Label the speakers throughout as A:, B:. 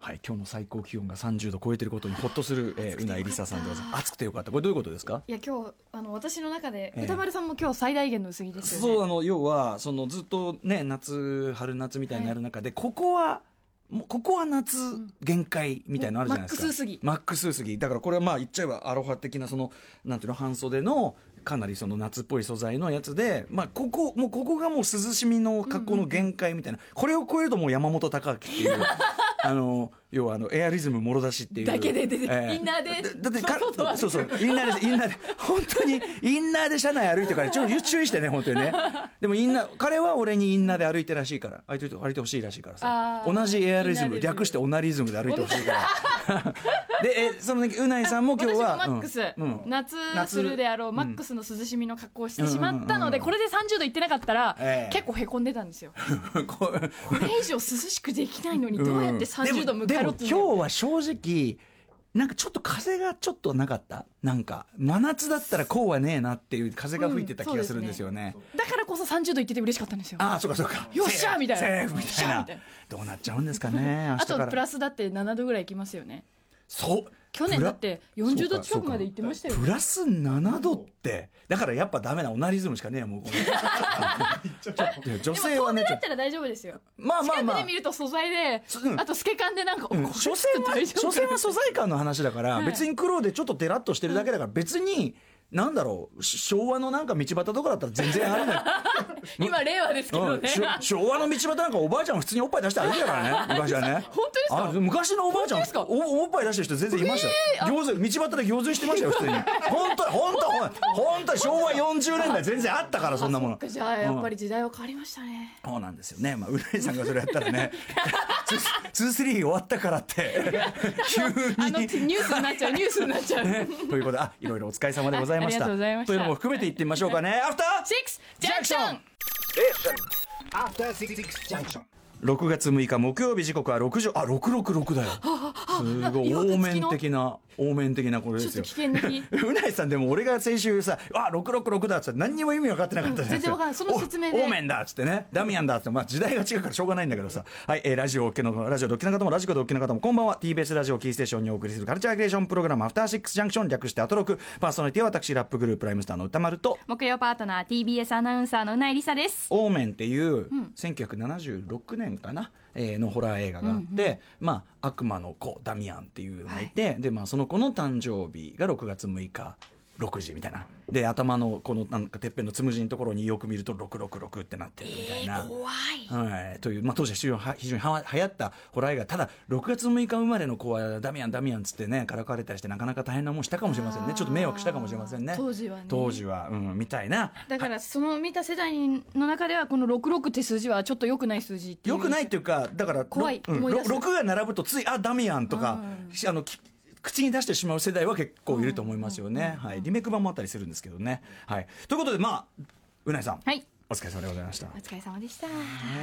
A: はい、今日の最高気温が30度超えてることにほっとする、えー、うなえりささんでございます暑くてよかったこれどういうことですか
B: いや今日あの私の中で
A: ええ
B: 歌丸さんも今日最大限の薄着です
A: そう
B: よ
A: あ
B: ね。
A: の要はそのずっとね夏春夏みたいになる中で、ここはもうここは夏限界みたいなのあるじゃないですか、
B: もうマックス薄着
A: マックス薄着だからこれはまあ言っちゃえばアロハ的なそのなんていうの半袖のかなりその夏っぽい素材のやつで、まあ、ここもうここがもう涼しみの格好の限界みたいな、これを超えるともう山本隆明っていう あの要はあのエアリズムもろ出しっていう
B: だけで出てインナーで
A: だだってか
B: まあ外は
A: そうそうインナーでインナーで本当にインナーで車内歩いてからちょっと注意してね本当にねでもインナー彼は俺にインナーで歩いてるらしいから歩いて歩いてほしいらしいからさ
B: あー
A: 同じエアリズ
B: インナ
A: ム
B: ーで
A: 略してオナリズムで歩いてほしいからでえそのうないさんも今日
B: 私も
A: は
B: マックス、
A: うんうん
B: 夏するであろう、マックスの涼しみの格好をしてしまったので、
A: うん
B: これで30度いってなかったら、
A: ええ
B: 結構へこんでた んですよ
A: こう
B: これ以上涼しくできないのにどうやって30度迎えろって
A: でもでも今日は正直なんかちょっと風がちょっとなかったなんか真夏だったらこうはねえなっていう風が吹いてた気がするんですよね、
B: だからこそ30度いってて嬉しかったんですよ
A: ああそうかそうか
B: よっしゃーみたいな
A: セーフみたいな
B: よっしゃーみたいな
A: どうなっちゃうんですかね明
B: あ
A: 日か
B: と
A: ら
B: プラスだって7度ぐらいいきますよね
A: そう
B: 去年
A: プラ
B: だって40度近くまで
A: そうか
B: 行ってましたよ
A: プラス7度ってだからやっぱダメなオナリズムしかねえよもうこのちょっと女性はねちょっ
B: でも遠目だっ
A: と
B: たら大丈夫ですよ
A: まあまあ
B: 近
A: ま
B: くで
A: あ
B: 見ると素材で
A: そうん
B: あと透け感でなんかおこれ
A: 所詮は
B: 大丈夫か
A: 所詮は素材感の話だから、
B: はい
A: 別に黒でちょっとデラッとしてるだけだから別になんだろうし昭和のなんか道端とかだったら全然あれだ よ
B: 今令和ですけど
A: う
B: ね
A: ん、し昭和の道端なんかおばあちゃん普通におっぱい出して歩いてたからね昔はね
B: 本当ですか
A: あ昔のおばあちゃん
B: 本当ですか
A: おおっぱい出してる人全然いましたよ、行水道端で行水してましたよ普通 に本当本当本当本当昭和40年代全然あったからそんなも
B: あ
A: の
B: っかじゃあやっぱり時代は変わりましたね、
A: そうなんですよねまあうないさんがそれやったらね ツースリー終わったからって 急
B: あのニ
A: に
B: ュースになっちゃうニュースになっ ちゃう
A: ということであいろいろお疲れ様でございました
B: あありがとうございました
A: いうのも含めていってみましょうかねアフター
B: 6ジャンクション
C: After Six Junction.
A: 6月6日木曜日時刻は6時あ六666だよすごい
B: 色が付きの
A: 応面的な応面的なこれ
B: ち
A: で
B: ょっ
A: す
B: と
A: よ
B: 危険な日
A: うないさんでも俺が先週さ「あ666だ」っつって何にも意味分かってなかったじゃないです
B: 全然分かんないその説明で
A: おオーメンだ」っつってね「ダミアンだ」っつって、まあ、時代が違うからしょうがないんだけどさはい、えーラジオをお聞きのラジオドッキリの方もラジコでお聞きの方もこんばんは TBS ラジオキーステーションにお送りするカルチャークリエーションプログラム「アフターシックスジャンクション」略してアトロクパーソナリティは私ラップグループライムスターの歌丸と
D: 木曜パートナー TBS アナウンサーのうないりさです
A: オーメンっていう1976年かな、えーのホラー映画があって、まあ、悪魔の子ダミアンっていうのがいて、でまあ、その子の誕生日が6月6日6時みたいなで頭のこのなんかてっぺんのつむじのところによく見ると666ってなってるみたいな。
B: 怖い
A: はい、という、まあ、当時は非常には非常には流行ったホラー映画ただ6月6日生まれの子はダミアンダミアンっつってねからかわれたりしてなかなか大変なもんしたかもしれませんねちょっと迷惑したかもしれませんね
B: 当時はね
A: 当時は、うん、みたいな
B: だからその見た世代の中ではこの66って数字はちょっと良くない数字っていう
A: よくないっていうかだから
B: 怖い
A: ろうん
B: 思い出す
A: ろ6が並ぶとつい「あダミアン」とか、あのき口に出してしまう世代は結構いると思いますよね、はい、リメイク版もあったりするんですけどね。はい、ということでまあうなえさん、
D: はい
A: お疲れ様でございました。
D: お疲れ様でした
A: ね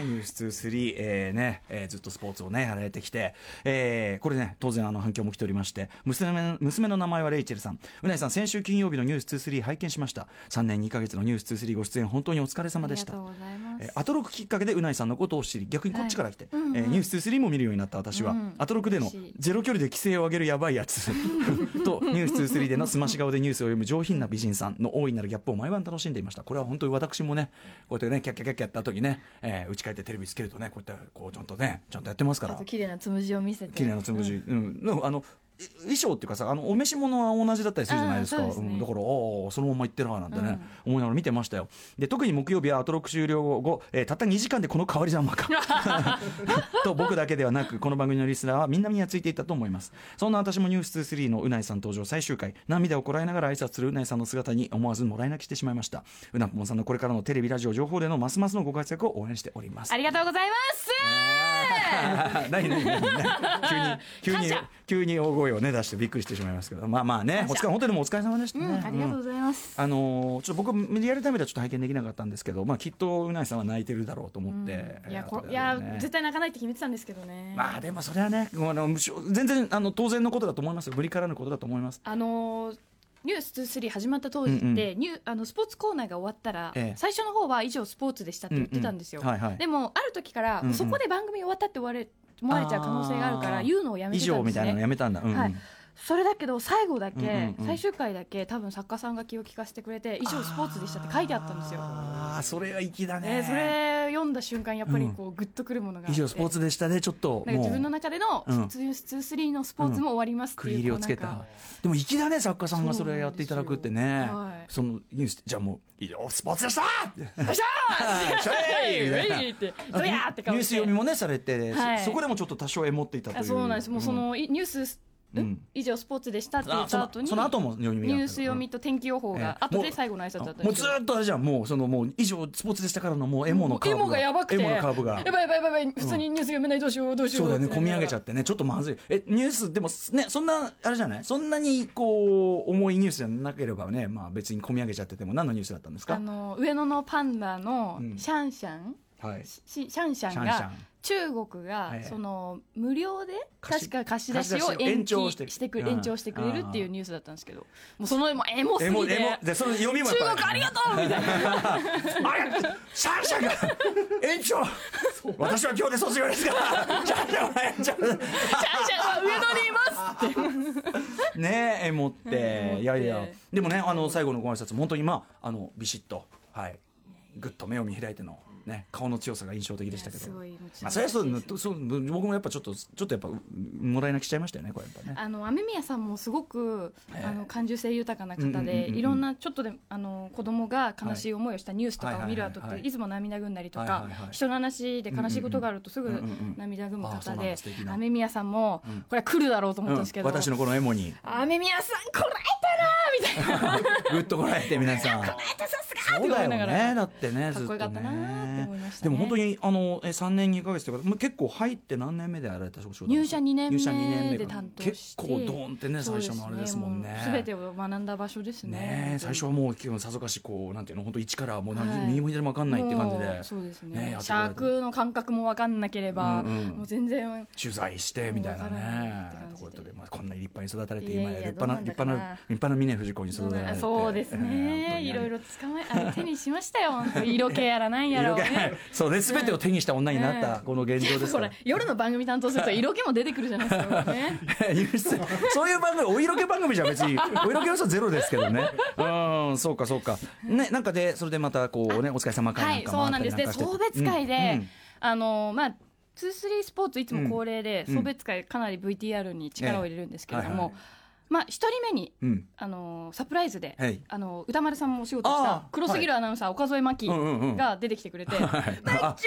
A: ニュース2、3、えーねえーずっとスポーツをね、やられてきて、えーこれね、当然あの反響も来ておりまして、娘娘の名前はレイチェルさん、うないさん、先週金曜日のニュース2、3拝見しました、3年2ヶ月のニュース2、3ご出演、本当にお疲れ様でした。
D: ありがとうございます
A: えーアトロクきっかけでうないさんのことを知り、逆にこっちから来て、えーニュース2、3も見るようになった私は、アトロクでの
B: 嬉しい
A: ゼロ距離で規制を上げるやばいやつと、ニュース2、3でのすまし顔でニュースを読む上品な美人さんの大いなるギャップを毎晩楽しんでいました。これは本当に私もね、こうやってね、キャッキャッキャッキャッやった後にね、えー、家帰ってテレビつけるとね、こうやって、こう、ちゃんとね、ちゃんとやってますか
B: あ
A: ら
B: と。綺麗なつむじを見せて
A: 綺麗なつむじ、うん、でもあのい衣装っていうかさあのお召し物は同じだったりするじゃないですか
B: あーそうですね
A: ん、だからああそのまま行ってるわなんてね、思いながら見てましたよで特に木曜日はアトロック終了後、えーたった2時間でこの変わりざんま かと僕だけではなくこの番組のリスナーはみんなみんなついていたと思いますそんな私も「ニュース2 3のうないさん登場最終回涙をこらえながら挨拶するうないさんの姿に思わずもらい泣きしてしまいましたうなぽんさんのこれからのテレビラジオ情報でのますますのご活躍を応援しております
D: ありがとうございます
A: ないないないない急に急に
D: 感謝
A: 急に大声をね出してびっくりしてしまいますけどまあまあねお疲れ本当にでもお疲れ様でしたね、
D: ありがとうございます
A: あのーちょっと僕リアルタイムではちょっと拝見できなかったんですけど、まあ、きっとうないさんは泣いてるだろうと思って、
B: いやこ
A: 後で
B: いや
A: ね
B: 絶対泣かないって決めてたんですけどね、
A: まあでもそれはねあの無償全然あの当然のことだと思いますよ無理からぬことだと思います
B: あのーニュース2 3始まった当時って、
A: うんうん
B: ニューあのスポーツコーナーが終わったら、
A: ええ
B: 最初の方は以上スポーツでしたって言ってたんですよ、
A: うんうんはいはい
B: でもある時から、
A: うんうん
B: そこで番組終わったって終われ思われちゃう可能性があるから
A: あー
B: 言うのをやめ
A: 以
B: てた
A: 上
B: んで
A: み
B: す
A: たいなの
B: ね
A: やめたんだ、うんうん
B: はいそれだけど最後だけ、
A: うんうんうん
B: 最終回だけ多分作家さんが気を利かせてくれて以上スポーツでしたって書いてあったんですよ
A: ああそれは粋だね
B: ね、それ読んだ瞬間やっぱりこうグッとくるものがあって
A: 以上スポーツでしたねちょっと
B: なんか
A: も
B: 自分の
A: う
B: 中での
A: うん
B: 2-3のスポーツも終わりますって
A: 区
B: いう
A: 切りをつけ
B: こうなん
A: た
B: か
A: でも粋だね作家さんがそれやっていただくってね
B: そうなんですよはい
A: そのニュースじゃあもう「以上スポーツでした!」
B: よっしゃー
A: しょ えい
B: よっしゃーってドヤーって顔
A: ニ
B: して
A: ュース読みもねされて、
B: はい
A: そそこでもちょっと多少エモっていたとい
B: あ
A: う
B: そうなんですもうその、
A: ん
B: いニュースすん
A: うん
B: 以上スポーツでしたって言
A: あ
B: っ
A: そ
B: た
A: の
B: 後に
A: その後も読み
B: ニュース読みと天気予報
A: ええ
B: が後
A: も
B: で
A: う
B: 最後の挨拶だったん
A: もう
B: です
A: ず
B: よ
A: ーっとあれじゃんもうそのもう以上スポーツでしたからのもうエモのカーブが
B: エモがやばくて
A: エモのカーブが
B: やばいやばいやばい普通にニュース読めないどうしようどうしよ
A: そううだね込み上げちゃってねちょっとまずいえニュースでもねそんなあれじゃないそんなにこう重いニュースじゃなければねまあ別に込み上げちゃってても何のニュースだったんです
B: あ
A: か
B: の上野のパンダの
A: うん
B: シャンシャン、
A: はい
B: しシャンシャン
A: シャン
B: が中国が
A: はい
B: その無料で
A: 貸し
B: 確か貸し出しを
A: 貸し出しを延
B: 延
A: 長
B: 長
A: して
B: してく
A: うん
B: 延長してくれるっていうニュースだったんですけどもうそのもうエモす
A: エ
B: ぎ
A: モ
B: て
A: エモでその読みもや
B: 中
A: っぱ
B: 国ありがとうみ たいな
A: あれシャンシャンが延長私は今日で卒業ですからシャンシャンは延長
B: シャンシャンは上野にいますって
A: ねえエモって
B: うん
A: いやいや
B: エモって
A: でもねあの最後のご挨拶も本当にまああのビシッとはいぐっと目を見開いてのね顔の強さが印象的でしたけど
B: すごいもちろん
A: まあそれはそうねとそう僕もやっぱちょっとちょっとやっぱうもらい泣きしちゃいましたよねこれやっぱね
B: あの雨宮さんもすごく、
A: ええ
B: あの感受性豊かな
A: うんうん
B: 方
A: うん
B: で、
A: うん
B: いろんなちょっとであの子供が悲しい思いをしたニュースと
A: はい
B: かを
A: はい
B: 見る
A: はい
B: 後っ
A: は
B: て
A: い
B: いつも涙ぐんだりとか、
A: はいはいはい
B: 人の話で悲しいことがあるとす
A: うんう
B: ぐ
A: んうん
B: 涙ぐむ
A: ああそ
B: 方
A: うなん
B: で、
A: だ素敵な
B: 雨宮さんも、これは来るだろうと思ったんですけど、
A: うん私のこのエモに
B: 雨宮さんこらえたなーみたいな
A: ぐっとこらえて皆 さん
B: さす
A: そ
B: がーっ
A: うだ
B: て思
A: よ
B: いながら
A: ねだってね
B: かっこよかったなーって思いましたね
A: ずっとねでも本当にあのえ3年2か月というかもう結構入って何年目でやられたお仕事なん
B: 入
A: です
B: 社
A: か
B: 2年
A: 入社二
B: 目で
A: か
B: 担当し
A: 結
B: て
A: 構ドーンってね
B: そ
A: 最
B: うで
A: 初
B: す
A: のあれですもんね
B: う全てを学んだ場所ですね
A: ねえ最初はもう基本さぞかしこうなんていうの本当一からもう何、
B: はい
A: 右も左も分かんないって感じ
B: も
A: で
B: うそうです
A: ねえ
B: ね
A: やってくれた
B: 尺の感覚も分かんなければ、
A: うんうん
B: もう全然
A: 取材してみたいな
B: もうわからない
A: ね
B: っ
A: と
B: て感じ
A: こ
B: で
A: ろで、まあ、こんなに立派に育たれて
B: いやい
A: 今
B: や
A: や立派な
B: どうなん
A: 立派
B: だかな
A: な立派な峰不二子に育てられて
B: そうですね、
A: ええ
B: いろいろ捕まえあの手にしましたよ本当 色気やらなんやらを
A: 色気ない
B: ね
A: そうね全てを手にした女になったこの現状です
B: ほ
A: から
B: ら夜の番組担当すると色気も出てくるじゃないで すか、ね、
A: 優秀そういう番組お色気番組じゃ別にお色気要素ゼロですけど ねうんそうかそうかねなんかでそれでまたこうねお疲れ様
B: は
A: 会なん
B: い
A: か
B: そ
A: もあ
B: う
A: っ
B: な
A: た
B: んで
A: り
B: す
A: なんか
B: で
A: して
B: 送別会で、
A: うんうん
B: あのまあ2-3スポーツいつも恒例で、
A: うん
B: 送別会かなり VTR に力を入れるんですけれども、
A: ええはいはい
B: まあ1人目に
A: うん
B: あのサプライズで、
A: はい
B: あの歌丸さんもお仕事し
A: あ
B: た
A: ー
B: 黒すぎるアナウンサー、岡添真希
A: うんうんうん
B: が出てきてくれて 「
A: はいあ
B: う
A: 岡崎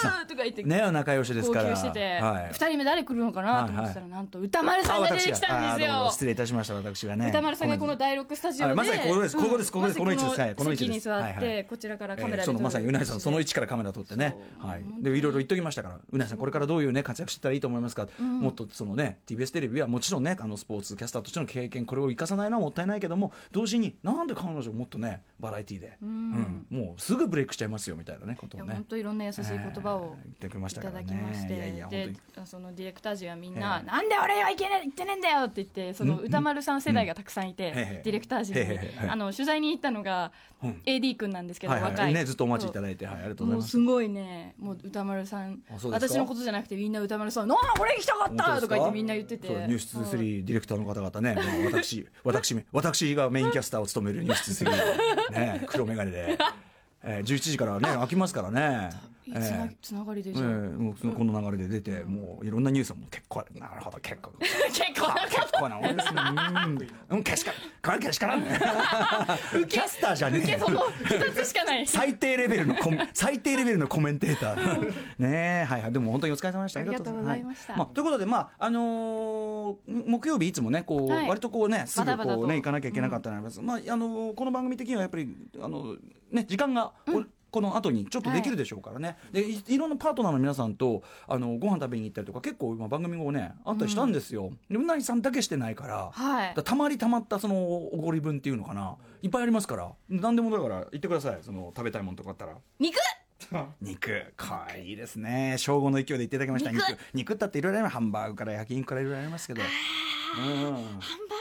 A: さん
B: ー!」とか言って
A: ね仲良しです
B: 号
A: から
B: 泣してて、
A: はい
B: 2人目誰来るのかなと思ってたら、
A: はい
B: なんと歌丸さんが出てきたんです
A: あ私があーどう
B: よ
A: も。失礼いたしました私がね
B: 歌丸さんがこの第6スタジオで、
A: あまさにここですここですここです
B: まさに
A: この位置ですはいこの位置
B: 席
A: です
B: に座って、
A: はいはい
B: こちらからカ
A: え
B: メラで
A: ー
B: 撮
A: そ
B: る
A: のまさにうなりさんその位置からカメラ撮ってね、
B: そう
A: はい
B: 本、当
A: で
B: に
A: いろいろ言っときましたからうなりさんこれからどういうね活躍していったらいいと思いますか、もっとそのね TBS テレビはもちろんねあのスポーツキャスターとしての経験これを生かさないのはもったいないけども同時になんで彼女もっとねバラエティーで、うんもうすぐブレイクしちゃいますよみたいなねこと
B: い
A: を
B: や
A: ね
B: 本当いろんな優しい言葉を
A: えー言ってくれまし
B: い
A: たか
B: た
A: ら
B: だ
A: ね
B: きまして、
A: いやいや本当
B: で
A: に
B: そのディレクター陣はみんな、
A: ええ
B: なんで俺はいけない言ってねえんだよって言ってその歌丸さん世代がたくさんいて、
A: うんええ
B: ディレクター陣
A: ええ
B: に、
A: ええ
B: あの取材に行ったのが
A: うん
B: AD 君なんですけど、
A: はいはい
B: 若い、
A: ねずっとお待ちいた
B: だい
A: だいてはいありが
B: て
A: とうございう
B: も
A: ます
B: すごいねもう歌丸さん
A: あそうですか
B: 私のことじゃなくてみんな歌丸さん「なあ俺に来たかっ
A: 本当で
B: た!」
A: す
B: とか言ってみんな言ってて
A: そうニュース
B: はい
A: 23ディレクターの方々ね、もう 私、私め、私がメインキャスターを務めるニュース23、ね、黒眼鏡で、えー、11時からね、開きますからね。
B: いい
A: え
B: つな
A: ー
B: つながりで
A: え
B: じゃあ、
A: ーもうそのこの流れで出て、もういろんなニュースも結構なるほど結構
B: 結構 なんか
A: 結構な俺ですねうん、うん、けしからんけしからん キャスターじゃねえ
B: その2つし かない
A: 最低レベルのコ メ最低レベルのコメンテーターねえはいはいでも本当にお疲れ様でした
B: ありがとうございました
A: はあということでまああのー木曜日いつもねこう、
B: はい
A: 割とこうねすぐこうね
B: バタバタと
A: 行かなきゃいけなかったのです、まああのーこの番組的にはやっぱりあのーね時間が、おこの後にちょっとできるでしょうからね、い、でいいろんなパートナーの皆さんとあのご飯食べに行ったりとか結構今番組後ねあったりしたんですよ、でうなぎさんだけしてないから、
B: は
A: だ
B: い
A: からたまりたまったそのおごり分っていうのかないっぱいありますから何でもだから言ってくださいその食べたいものとかあったら
B: 肉
A: 肉かわいいですね正午の勢いで言っていただきました肉
B: 肉
A: 肉だっていろいろありますハンバーグから焼き肉からいろいろありますけどうん
B: ハンバーグ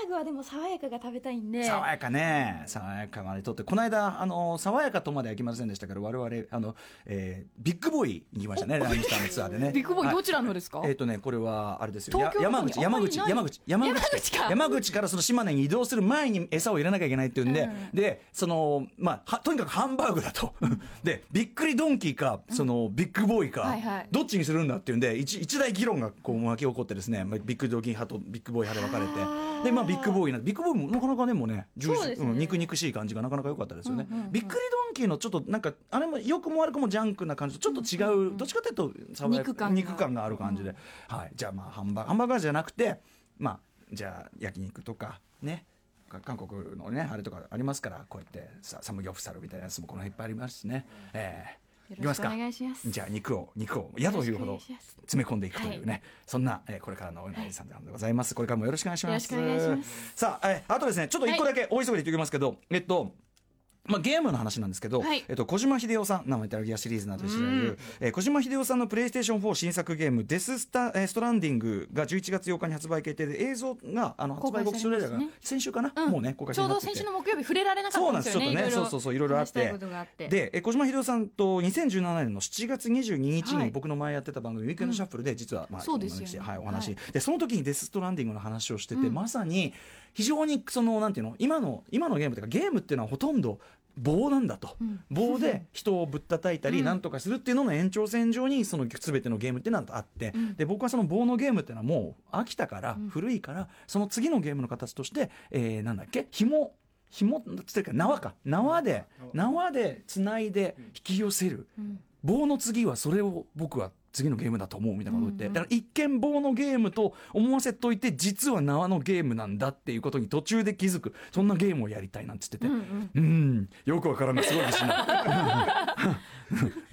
D: グはでも爽やかが食べたいんで
A: 爽やかね爽やかまでとってこの間あの爽やかとまではいきませんでしたから我々あの、えービッグボーイに行きましたねライムスターのツアーでね
B: ビッグボーイ
A: はい
B: どちらのですか、
A: えっ、とねこれはあれですよ
B: 東京
A: や
B: の
A: 山
B: 方に
A: 口
B: あ
A: 山口
B: んまりない
A: 山口山口
B: 山口か
A: 山口からその島根に移動する前に餌を入れなきゃいけないっていうんで、でそのまあはとにかくハンバーグだとでびっくりドンキーかそのビッグボーイか、
B: はいはい
A: どっちにするんだっていうんで一一大議論がこう巻き起こってですねまあビッグドンキー派とビッグボーイ派で分かれてでまあビッグボーイなビッグボーイもなかなかねもうね充
B: そう
A: 実
B: ですね
A: ん肉肉しい感じがなかなか良かったですよね、びっくりドンキーのちょっとなんかあれも良くも悪くもジャンクな感じとちょっと違う、どっちかというと爽やか
B: 肉感が
A: 肉感がある感じで、はい、じゃあまあハンバーガーハンバーガーじゃなくてまあじゃあ焼肉とかねか韓国のねあれとかありますからこうやってさサムギョプサルみたいなやつもこの辺いっぱいありますしね、ええいき
D: よろ
A: ま
D: し
A: す
D: くお
A: か
D: 願いします
A: じゃあ肉を肉を嫌というほ
D: よ
A: ど
D: ろしくお願いします
A: 詰め込んでいくというね、そんな、えーこれからのおなりさんでございますこれからもよろしくお願いします
D: よろしくお願いしま
A: さあ、えーあとですねちょっと一個だけ大急ぎで言っておきますけど、えっとまあ、ゲームの話なんですけど、
B: はい
A: えっと、小島秀夫さん、名前イタリアシリーズなどで知られる、えー小島秀夫さんのプレイステーション4新作ゲーム、デススタ、えーストランディングが11月8日に発売決定で、映像が、あの発売告
B: 公開
A: 知
B: さ
A: の
B: れ
A: レー
B: ま
A: ダ
B: すね
A: ーが、先週かな、もうね、公開
B: ちょうど先週の木曜日触れられなかったんですよね
A: そうなんですちょっとね
B: いろいろ
A: そうそうそういろいろあって
B: 話したいことがあって
A: でえ小島秀夫さんと2017年の7月22日
B: は
A: に
B: い
A: 僕の前やってた番組「ウィークエンドシャッフル」で実は、まあ
B: そうです
A: お
B: よね
A: 招きしてはい、お話、
B: はい
A: でその時に「デス・ストランディング」の話をしてて、まさに非常にそのなんていうの今の今のゲームというかゲームっていうのはほとんど棒なんだと、棒で人をぶったたいたりなんとかするっていうのの延長線上にその全てのゲームっていうのがあって、で僕はその棒のゲームっていうのはもう飽きたから、古いからその次のゲームの形として、えーなんだっけ紐紐つってか縄か縄で縄でつないで引き寄せる、棒の次はそれを僕は次のゲームだと思うみたいなことを言って、だから一見棒のゲームと思わせといて実は縄のゲームなんだっていうことに途中で気づくそんなゲームをやりたいなんつっててうん,、よくわからないすごい自信だ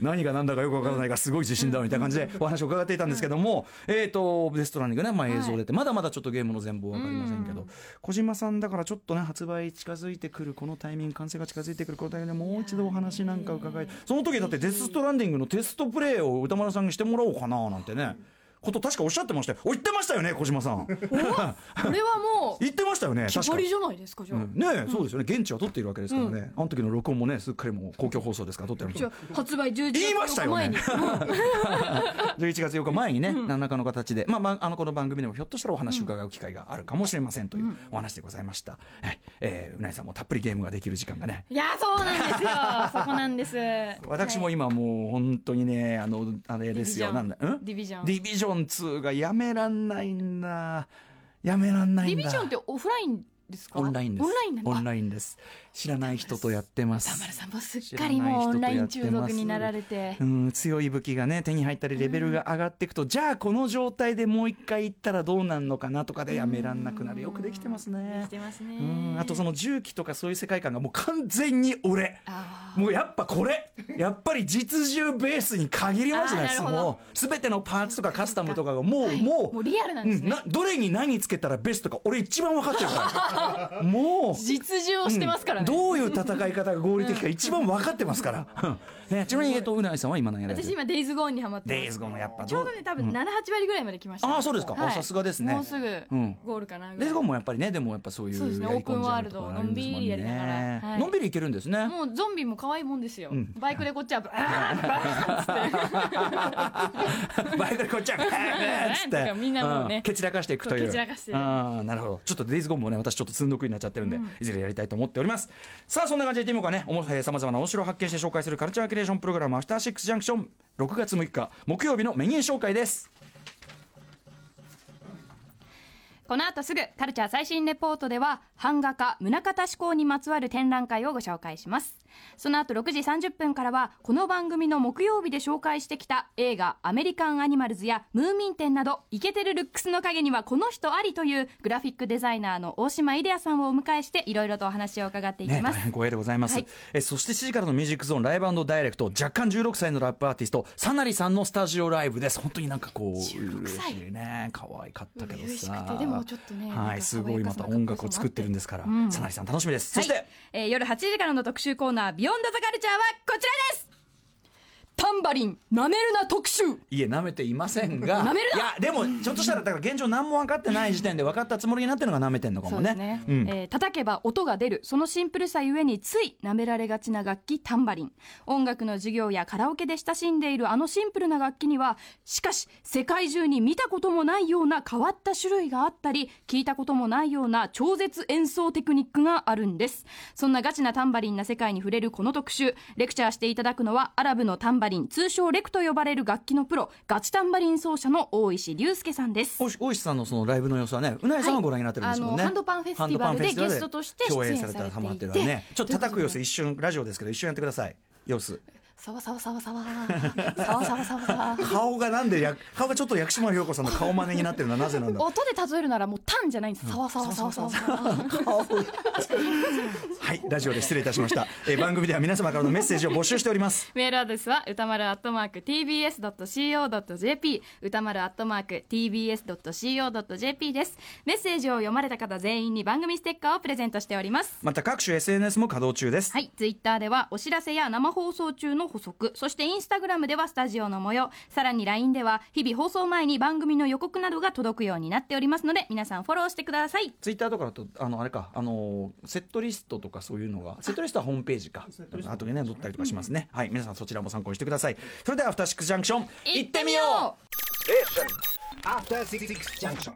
A: 何が何だかよくわからないがすごい自信だみたいな感じでお話を伺っていたんですけども、えっ、とデストランディングね、まあ、映像出て、まだまだちょっとゲームの全貌わかりませんけど、小島さんだからちょっとね発売近づいてくるこのタイミング完成が近づいてくるこのタイミングでもう一度お話なんか伺いその時だって「デス・ストランディング」のテストプレイを歌丸さんにしてもらおうかななんてねこと確かおっしゃってましたよお言ってましたよね小島さん
B: これはもう
A: 言ってましたよね確
B: 決
A: か
B: まりじゃないですかじゃ
A: う
B: あ、
A: んねえそうですよね現地は撮っているわけですからね、あの時の録音もねすっかりもう公共放送ですから撮ってあるんです
B: じゃ
A: よ
B: あ発売11
A: 言いまし
B: 月
A: た
B: の
A: よ
B: 前
A: ね
B: に
A: 11月8日前にね、何らかの形で、まあまあ、あのこの番組でもひょっとしたらお話を伺う機会があるかもしれませんというお話でございました、はいえーうなぎさんもたっぷりゲームができる時間がね
B: いやそうなんです よそこなんです
A: 私も今もう本当にねあのあれですよなんだん
B: ディビジョン
A: ディビジョン2がやめらんないんだやめらんないんだ
B: ディビジョンってオフラインですか
A: オンラインです
B: オンラインなんだ
A: オンラインです知らない人とやってます
B: 田村さんもすっかりもうオンライン中毒になられて
A: うん、強い武器がね手に入ったりレベルが上がっていくと、じゃあこの状態でもう一回行ったらどうなんのかなとかでやめらんなくなるよくできてますね。
B: してますね
A: うんあとその銃器とかそういう世界観がもう完全に俺
B: あ
A: もうやっぱこれやっぱり実銃ベースに限ります
B: あ
A: ね
B: ーなるほど
A: もう全てのパーツとかカスタムとかがもう、
B: はい
A: もう
B: もうリアルなんですね
A: うどれに何つけたらベストか俺一番分かってるから もう
B: 実情をしてますからね、
A: どういう戦い方が合理的か一番分かってますから。ね、ちなみに、えっと、うなぎさんは今何やられて
B: 私
A: る
B: 今デイズゴーンにハマってます
A: デイズゴーンやっぱどう
B: ちょうどね多分78割ぐらいまで来ました、
A: あーそうですかあさすがですね
B: もうすぐ
A: うん
B: ゴールかなぐらい、
A: デイズゴーンもやっぱりね、でもやっぱそうい
B: そうで
A: う
B: すね
A: やり込んじゃうところがあるんですもんね。
B: オープンワールドをのんびりやりながらはい
A: のんびりいけるんですね。
B: もうゾンビも可愛いもんですよ、バイクでこっちはあ
A: バイクでこっちゃっつっ
B: なん
A: て
B: かみんなもうね
A: ん蹴散らかしていくという
B: そう蹴散らかして
A: ああなるほどちょっとデイズゴーンもね私ちょっと積んどくになっちゃってるんで、いずれやりたいと思っておりますさあそんな感じでティモがねさまざまな面白を発見して紹介するカルチャーキュレーションプログラム「アフターシックスジャンクション」6月6日木曜日のメニュー紹介です
D: この後すぐカルチャー最新レポートでは版画家宗像志向にまつわる展覧会をご紹介しますその後6時30分からはこの番組の木曜日で紹介してきた映画「アメリカン・アニマルズ」や「ムーミン展」などイケてるルックスの影にはこの人ありというグラフィックデザイナーの大島イデアさんをお迎えしていろいろとお話を伺っていき
A: ね、
D: ま
A: 大
D: す、
A: 変光栄でございます、
D: はい
A: えそして7時からのミュージックゾーンライブダイレクト若干16歳のラップアーティストサナリさんのスタジオライブです本当になんかこう
B: 16歳
A: 嬉しいね可愛かったけど
B: 嬉し
A: さ
B: くてでもちょっとねなん
A: は
B: か
A: いすごいまた音楽を作ってるんですから、サナリさん楽しみです、そして
D: はいえー夜8時からの特集コーナー「ビヨンドザカルチャーはこちらです
B: タンバリンなめるな特集
A: いえ、舐めていませんが。
B: 舐めるない
A: や、でも、ちょっとしたら、だから現状何も分かってない時点で分かったつもりになってるのが舐めてんのか
B: そ
A: も
B: う
A: ね。
B: ですね、
A: うん
B: えー
D: 叩けば音が出るそのシンプルさゆえについ舐められがちな楽器タンバリン音楽の授業やカラオケで親しんでいるあのシンプルな楽器にはしかし世界中に見たこともないような変わった種類があったり聞いたこともないような超絶演奏テクニックがあるんですそんなガチなタンバリンな世界に触れるこの特集レクチャーしていただくのはアラブのタンバリン通称レクと呼ばれる楽器のプロガチタンバリン奏者の大石隆介さんです
A: 大石大石さんのそのライブの様子はね、うなえさんはご覧になってるんですもんね。
B: はいあのハンドパンフェスティバルで
A: ハンドパンフェスティバ
B: ゲストとして出
A: 共
B: 演
A: 演
B: さ
A: さ
B: れ
A: れた
B: ていて
A: らハマってるわね。ちょっと叩く様子一瞬ラジオですけど一瞬やってください。様子。
B: さわさわさわさわ さわさわさわさわ
A: 顔がなんでや顔がちょっと薬師丸ひろ子さんの顔真似になってるのはなぜ なんだ。
B: 音で数えるならもうタンじゃないんですさわさわさわさわさわ
A: はい、ラジオで失礼いたしました。えー番組では皆様からのメッセージを募集しております。
D: メールアドレスは歌丸アットマーク tbs.co.jp 歌丸アットマーク tbs.co.jp ですメッセージを読まれた方全員に番組ステッカーをプレゼントしております
A: また各種 SNS も稼働中です。
D: はいツイッターではお知らせや生放送中の補足そしてインスタグラムではスタジオの模様さらに LINE では日々放送前に番組の予告などが届くようになっておりますので皆さんフォローしてください
A: ツイッターとかだとあのあれかあのーセットリストとかそういうのがセットリストはホームページかあとでね載ったりとかしますね、はい皆さんそちらも参考にしてくださいそれではアフターシックスジャンクション
D: 行ってみよう
C: After Six Junction.